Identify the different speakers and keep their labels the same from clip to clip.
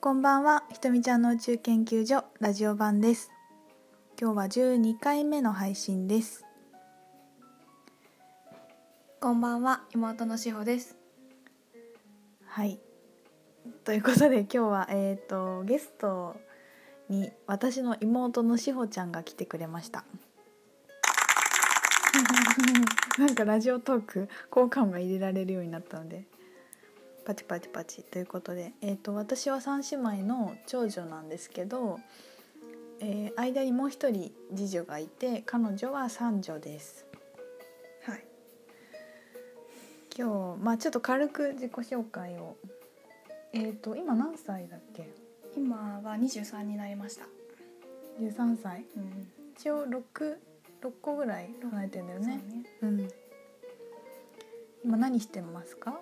Speaker 1: こんばんは、ひとみちゃんの宇宙研究所ラジオ版です。今日は12回目の配信です。
Speaker 2: こんばんは、妹のしほです。
Speaker 1: はい。ということで今日はえっ、とゲストに私の妹のしほちゃんが来てくれま した。なんかラジオトーク効果音が入れられるようになったのでパチパチパチということで、えー、と私は三姉妹の長女なんですけど、えー間にもう一人次女がいて彼女は三女です。はい、今日、まあ、ちょっと軽く自己紹介を、えー、と今何歳だっけ
Speaker 2: 今は二十三になりました。
Speaker 1: 13歳
Speaker 2: うん、
Speaker 1: 一応 6, 六個ぐらい離れてんだよね。
Speaker 2: そうね。
Speaker 1: うん、今何してますか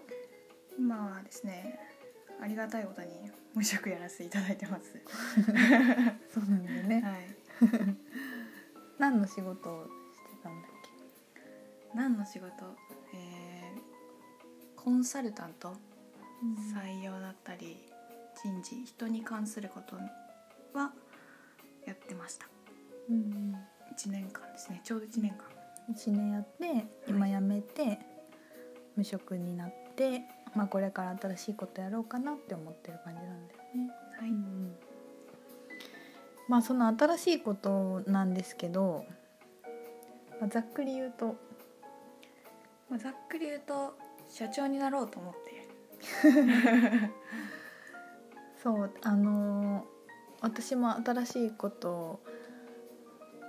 Speaker 2: 今はですね、ありがたいことに無職やらせていただいてます。
Speaker 1: そうなんだよね
Speaker 2: はい。
Speaker 1: 何の仕事をしてたんだっ
Speaker 2: 何の仕事？えーコンサルタント、
Speaker 1: け、
Speaker 2: 採用だったり人事、人に関することはやってました。
Speaker 1: うん
Speaker 2: 一年間ですね。ちょうど一年間。
Speaker 1: 1年やって今辞めて無職になって、まあ、これから新しいことやろうかなって思ってる感じなんだよね。
Speaker 2: はい。
Speaker 1: まあその新しいことなんですけど、まあ、ざっくり言うと
Speaker 2: まあ、ざっくり言うと社長になろうと思っている。
Speaker 1: そうあのー私も新しいことを、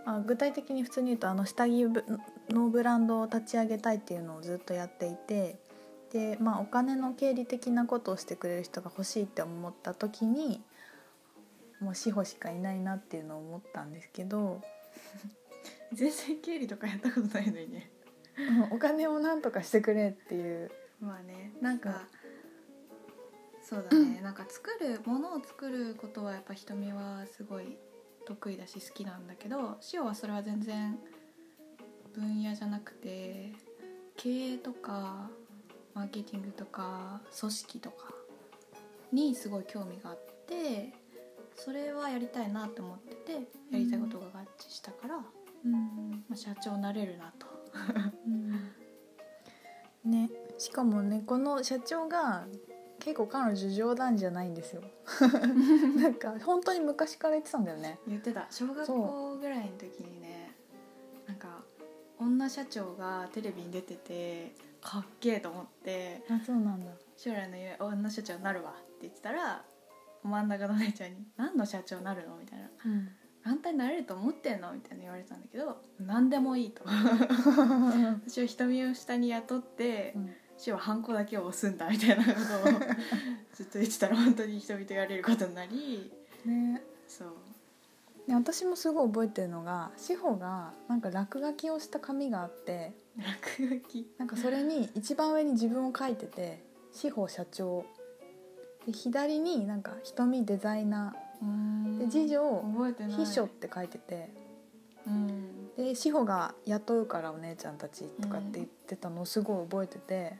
Speaker 1: まあ、具体的に普通に言うとあの下着ぶのブランドを立ち上げたいっていうのをずっとやっていてで、まあ、お金の経理的なことをしてくれる人が欲しいって思った時にもう志保しかいないなっていうのを思ったんですけど
Speaker 2: 全然経理とかやったことないのにね。
Speaker 1: お金をなんとかしてくれっていう。
Speaker 2: まあねなんか、そうだねなんか作るものを作ることはやっぱ瞳はすごい得意だし好きなんだけど塩はそれは全然分野じゃなくて経営とかマーケティングとか組織とかにすごい興味があってそれはやりたいなと思っててやりたいことが合致したから、まあ、社長になれるなと。
Speaker 1: ね、しかもねこの社長が結構彼女冗談じゃないんです よなんか本当に昔から言ってたんだよね
Speaker 2: 言ってた小学校ぐらいの時にねなんか女社長がテレビに出ててかっけえと思って
Speaker 1: あそうなんだ
Speaker 2: 将来の夢女社長になるわって言ってたら真ん中の姉ちゃんに「何の社長になるの?」みたいな
Speaker 1: うん
Speaker 2: 「あんたになれると思ってんの?」みたいな言われたんだけど「何でもいい」と私は瞳を下に雇って私はハンコだけを押すんだみたいなこと をずっと言ってたら本当に人々がやれることになり
Speaker 1: ね
Speaker 2: そう
Speaker 1: で私もすごい覚えてるのが志保がなんか落書きをした紙があって
Speaker 2: 落書き
Speaker 1: なんかそれに一番上に自分を書いてて「志保社長」で左になんか「瞳デザイナー」で次女
Speaker 2: 覚えて
Speaker 1: 「
Speaker 2: ない
Speaker 1: 秘書」って書いてて。
Speaker 2: うん
Speaker 1: で志保が「雇うからお姉ちゃんたち」とかって言ってたのをすごい覚えてて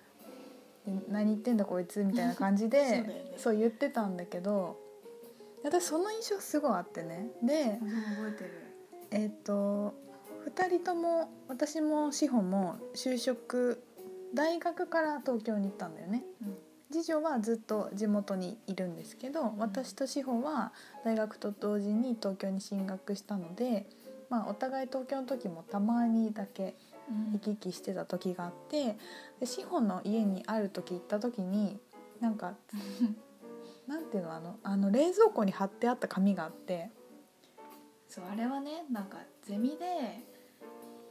Speaker 1: 「で何言ってんだこいつ」みたいな感じで
Speaker 2: そうだよね
Speaker 1: そう言ってたんだけど私その印象すごいあってねで
Speaker 2: 私も覚えてる
Speaker 1: えっ、と2人とも私も志保も就職大学から東京に行ったんだよね。次女はずっと地元にいるんですけど私と志保は大学と同時に東京に進学したので、まあ、お互い東京の時もたまにだけ
Speaker 2: うん
Speaker 1: 行き来してた時があってで志保の家にある時行った時になんかなんていうのあのあの冷蔵庫に貼ってあった紙があって
Speaker 2: そうあれはねなんかゼミで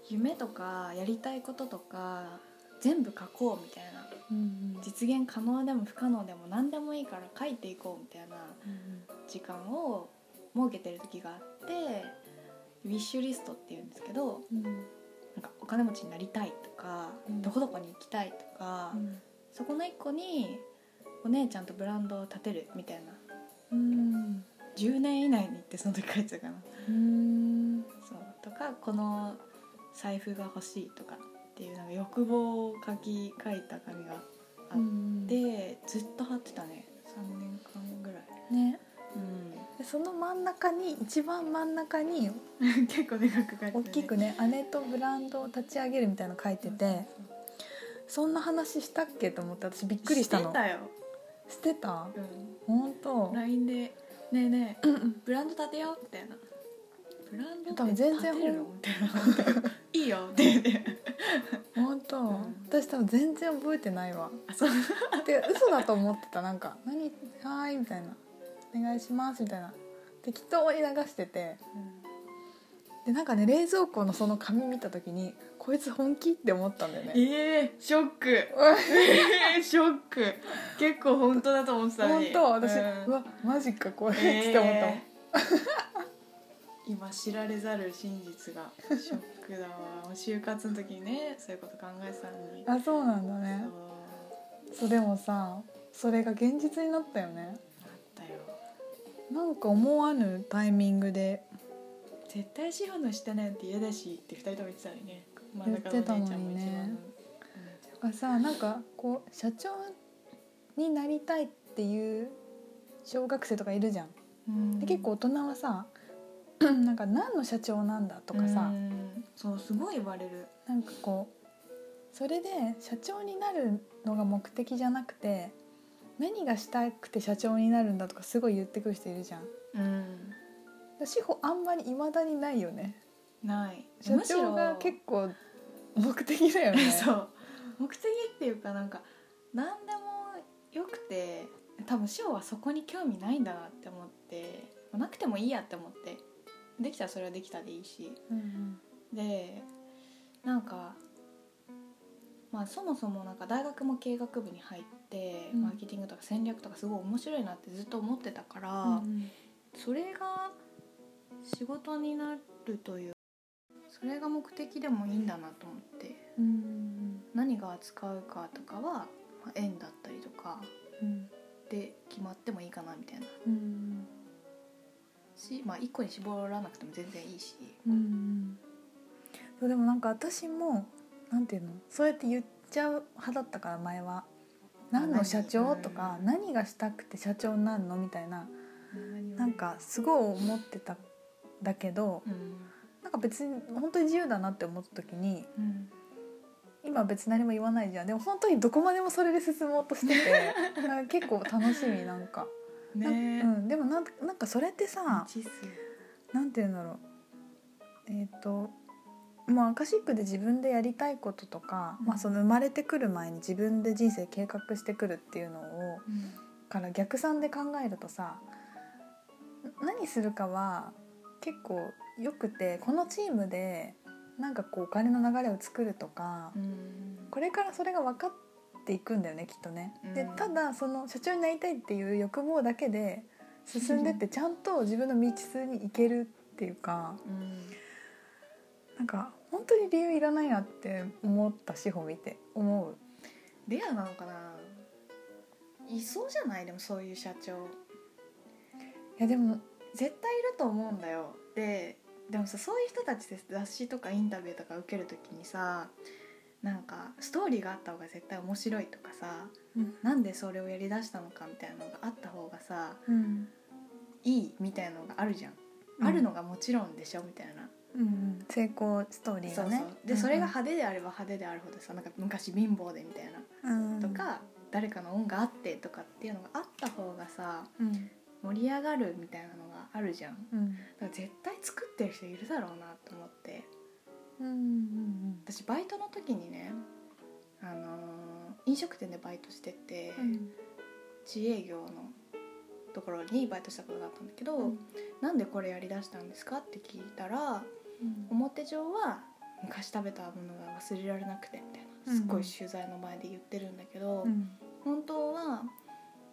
Speaker 2: 夢とかやりたいこととか全部書こうみたいな実現可能でも不可能でも何でもいいから書いていこうみたいな時間を設けてる時があってウィッシュリストっていうんですけどなんかお金持ちになりたいとか、
Speaker 1: うん
Speaker 2: どこどこに行きたいとか、そこの一個にお姉ちゃんとブランドを立てるみたいな
Speaker 1: うん
Speaker 2: 10年以内にってその時書いてたかな
Speaker 1: うん
Speaker 2: そうとかこの財布が欲しいとかっていうなんか欲望を書き書いた紙があって、ずっと貼ってたね3年間ぐらい、
Speaker 1: ねでその真ん中に一番真ん中に
Speaker 2: うん、結構でかく書いてるね
Speaker 1: 大きくね姉とブランドを立ち上げるみたいなの書いててそんな話したっけと思って私びっ
Speaker 2: び
Speaker 1: くりした
Speaker 2: し
Speaker 1: の
Speaker 2: てたよ、
Speaker 1: してた
Speaker 2: う
Speaker 1: 本当
Speaker 2: ん、LINE で「ねえねえブランド立てよう」みたいな「ブランド
Speaker 1: 多
Speaker 2: って
Speaker 1: 分全
Speaker 2: 立
Speaker 1: 然
Speaker 2: てるの?」みたいな「いいよ」って言って
Speaker 1: 本当
Speaker 2: ん
Speaker 1: 私多分全然覚えてないわ
Speaker 2: あそう
Speaker 1: で嘘だと思ってたなんか「何はーい」みたいな「お願いします」みたいな適当に流しててでなんかね冷蔵庫のその紙見た時にこいつ本気って思ったんだよね
Speaker 2: ええショックええショック結構本当だと思ってたの
Speaker 1: 本
Speaker 2: に
Speaker 1: 当私、う
Speaker 2: うん
Speaker 1: わマジかこれ、って思ったもん
Speaker 2: えー 今知られざる真実がショックだわもう就活の時にねそういうこと考えてたのに
Speaker 1: あそうなんだ
Speaker 2: そう
Speaker 1: ねそうでもさそれが現実になったよね
Speaker 2: あったよ
Speaker 1: なんか思わぬタイミングで
Speaker 2: 絶対資本の下なんて嫌だしって二人とも言ってたのにね真ん
Speaker 1: 言っ
Speaker 2: 中
Speaker 1: てた
Speaker 2: の
Speaker 1: の
Speaker 2: お姉ちゃんも
Speaker 1: に
Speaker 2: 一番
Speaker 1: ね
Speaker 2: の
Speaker 1: がさなんかこう社長になりたいっていう小学生とかいるじゃん
Speaker 2: うん
Speaker 1: で結構大人はさ なんか何の社長なんだとかさ、
Speaker 2: うんそうすごい言われる
Speaker 1: なんかこうそれで社長になるのが目的じゃなくて何がしたくて社長になるんだとかすごい言ってくる人いるじゃん
Speaker 2: うん
Speaker 1: 志保あんまりいまだにないよね
Speaker 2: ない
Speaker 1: 社長が結構目的だよ ね
Speaker 2: そう目的っていうかなんか何でもよくて多分塩はそこに興味ないんだなって思ってなくてもいいやって思ってできたらそれはできたでいいし
Speaker 1: うん
Speaker 2: でなんかまあそもそもなんか大学も経営学部に入って、
Speaker 1: うん
Speaker 2: マーケティングとか戦略とかすごい面白いなってずっと思ってたから、
Speaker 1: うんうん
Speaker 2: それが仕事になるというそれが目的でもいいんだなと思って。
Speaker 1: うん
Speaker 2: 何が扱うかとかは、まあ、円だったりとか
Speaker 1: うん
Speaker 2: で決まってもいいかなみたいな
Speaker 1: うん
Speaker 2: し、まあ、1個に絞らなくても全然いいし、
Speaker 1: うんそうでもなんか私もなんていうのそうやって言っちゃう派だったから前は何の社長
Speaker 2: 何
Speaker 1: とか何がしたくて社長になるのみたいなな
Speaker 2: な
Speaker 1: ん、かすごい思ってたんだけど
Speaker 2: うん
Speaker 1: なんか別に本当に自由だなって思った時に
Speaker 2: うん、
Speaker 1: 今別に何も言わないじゃんでも本当にどこまでもそれで進もうとして てなんか結構楽しみなんか、
Speaker 2: ねえ、
Speaker 1: うん、でもなんなんかそれってさ
Speaker 2: チス
Speaker 1: なんて言うんだろうえっ、ともうアカシックで自分でやりたいこととか、
Speaker 2: うん
Speaker 1: まあ、その生まれてくる前に自分で人生計画してくるっていうのを
Speaker 2: うん
Speaker 1: から逆算で考えるとさな何するかは結構よくてこのチームでなんかこうお金の流れを作るとか、
Speaker 2: うん
Speaker 1: これからそれが分かっていくんだよねきっとね。で
Speaker 2: うん
Speaker 1: ただその社長になりたいっていう欲望だけで進んで ってちゃんと自分の道数に行けるっていうか
Speaker 2: うん
Speaker 1: なんか本当に理由いらないなって思った志保見て思う。
Speaker 2: レアなのかないそうじゃないでもそういう社長
Speaker 1: いやでも
Speaker 2: 絶対いると思うんだよででもさそういう人たちで雑誌とかインタビューとか受けるときにさなんかストーリーがあった方が絶対面白いとかさ
Speaker 1: うん
Speaker 2: なんでそれをやりだしたのかみたいなのがあった方がさ
Speaker 1: うん
Speaker 2: いいみたいなのがあるじゃん、
Speaker 1: うん
Speaker 2: あるのがもちろんでしょみたいな、
Speaker 1: うん成功ストーリー
Speaker 2: そ
Speaker 1: が
Speaker 2: う
Speaker 1: ね
Speaker 2: そうで、それが派手であれば派手であるほどさなんか昔貧乏でみたいな、
Speaker 1: うん
Speaker 2: と、か誰かの恩があってとかっていうのがあった方がさ
Speaker 1: うん
Speaker 2: 盛り上がるみたいなのがあるじゃん
Speaker 1: うん
Speaker 2: だから絶対作ってる人いるだろうなと思って
Speaker 1: うんうん
Speaker 2: 私バイトの時にね、あのー飲食店でバイトしてて、
Speaker 1: うん
Speaker 2: 自営業のところにバイトしたことがあったんだけど、
Speaker 1: うん
Speaker 2: なんでこれやりだしたんですかって聞いたら表上は昔食べたものが忘れられなくてみたいな
Speaker 1: うん
Speaker 2: すっごい取材の前で言ってるんだけど、
Speaker 1: うん
Speaker 2: 本当は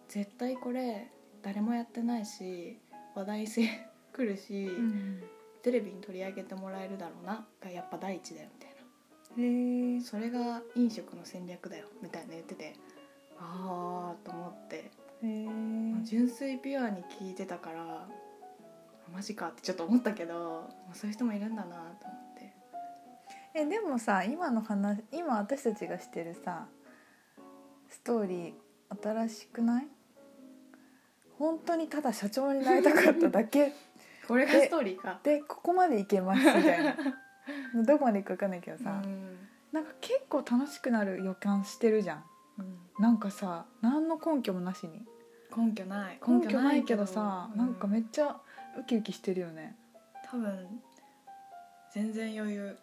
Speaker 2: 絶対これ誰もやってないし話題性来るし、
Speaker 1: うん
Speaker 2: テレビに取り上げてもらえるだろうながやっぱ第一だよみたいな。
Speaker 1: へえ
Speaker 2: それが飲食の戦略だよみたいな言っててああと思って、
Speaker 1: へえ
Speaker 2: 純粋ピュアに聞いてたからマジかってちょっと思ったけどまあそういう人もいるんだなと思って
Speaker 1: えでもさ今の話今私たちがしてるさストーリー新しくない本当にただ社長になりたかっただ け
Speaker 2: これがストーリーか
Speaker 1: でここまでいけますみたい などこまでいくか分かんないけどさ、
Speaker 2: うん
Speaker 1: なんか結構楽しくなる予感してるじゃん
Speaker 2: うん
Speaker 1: なんかさ何の根拠もなしに
Speaker 2: 根拠ない
Speaker 1: 根拠ないけどさ
Speaker 2: う
Speaker 1: なんかめっちゃウキウキしてるよね
Speaker 2: 多分全然余裕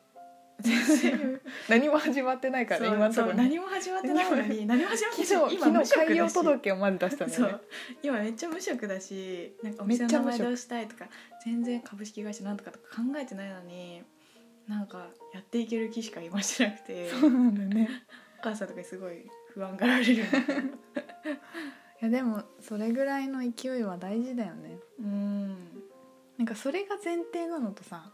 Speaker 2: 全然余裕
Speaker 1: 何も始まって ないから
Speaker 2: そう
Speaker 1: 今のとこ
Speaker 2: そう
Speaker 1: ろね
Speaker 2: 何も始まってないのに何も始まってな
Speaker 1: 昨
Speaker 2: い
Speaker 1: 日
Speaker 2: 今
Speaker 1: 昨
Speaker 2: 無
Speaker 1: 日
Speaker 2: 職
Speaker 1: 開業
Speaker 2: だし
Speaker 1: 届をまず出したんだ
Speaker 2: そ
Speaker 1: よね
Speaker 2: う今めっちゃ無職だしなんかお店
Speaker 1: めっちゃ
Speaker 2: の
Speaker 1: 無
Speaker 2: 名前
Speaker 1: 職
Speaker 2: どうしたいとか全然株式会社なんとかとか考えてないのになんかやっていける気しか今してなくて
Speaker 1: そうなんだよね
Speaker 2: お母さんとかにすごい不安がられる
Speaker 1: いやでもそれぐらいの勢いは大事だよね
Speaker 2: うん
Speaker 1: なんかそれが前提なのとさ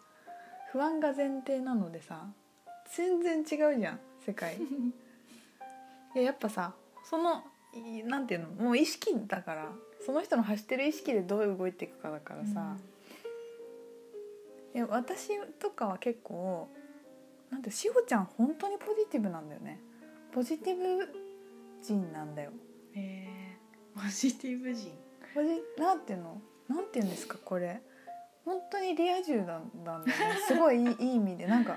Speaker 1: 不安が前提なのでさ全然違うじゃん世界いややっぱさそのいなんていうのもう意識だからその人の走ってる意識でどう動いていくかだからさ、いや私とかは結構なんてしほちゃん本当にポジティブなんだよねポジティブ人なんだよ
Speaker 2: うんえーポジティブ人
Speaker 1: ポジなんていうのなんていうんですかこれ本当にリア充なんなんだよねす ごいいいいい意味でなんか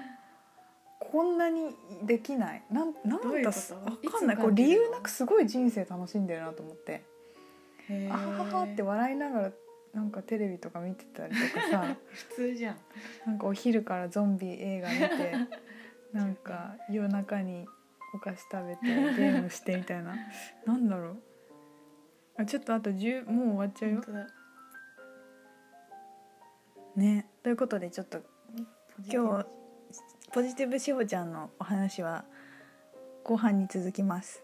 Speaker 1: こんなにできないなんなん
Speaker 2: どういう
Speaker 1: だ
Speaker 2: こ
Speaker 1: っ
Speaker 2: と
Speaker 1: たわかんない
Speaker 2: いつ感じるの
Speaker 1: こう理由なくすごい人生楽しんでるなと思って
Speaker 2: へー
Speaker 1: あはははって笑いながらなんかテレビとか見てたりとか さ
Speaker 2: 普通じゃん
Speaker 1: なんかお昼からゾンビ映画見て なんか夜中にお菓子食べてゲームしてみたいななんだろうあちょっとあと10もう終わっちゃうよ
Speaker 2: 本当だ
Speaker 1: ねということでちょっと
Speaker 2: ポジティブ
Speaker 1: 今日ポジティブしほちゃんのお話は後半に続きます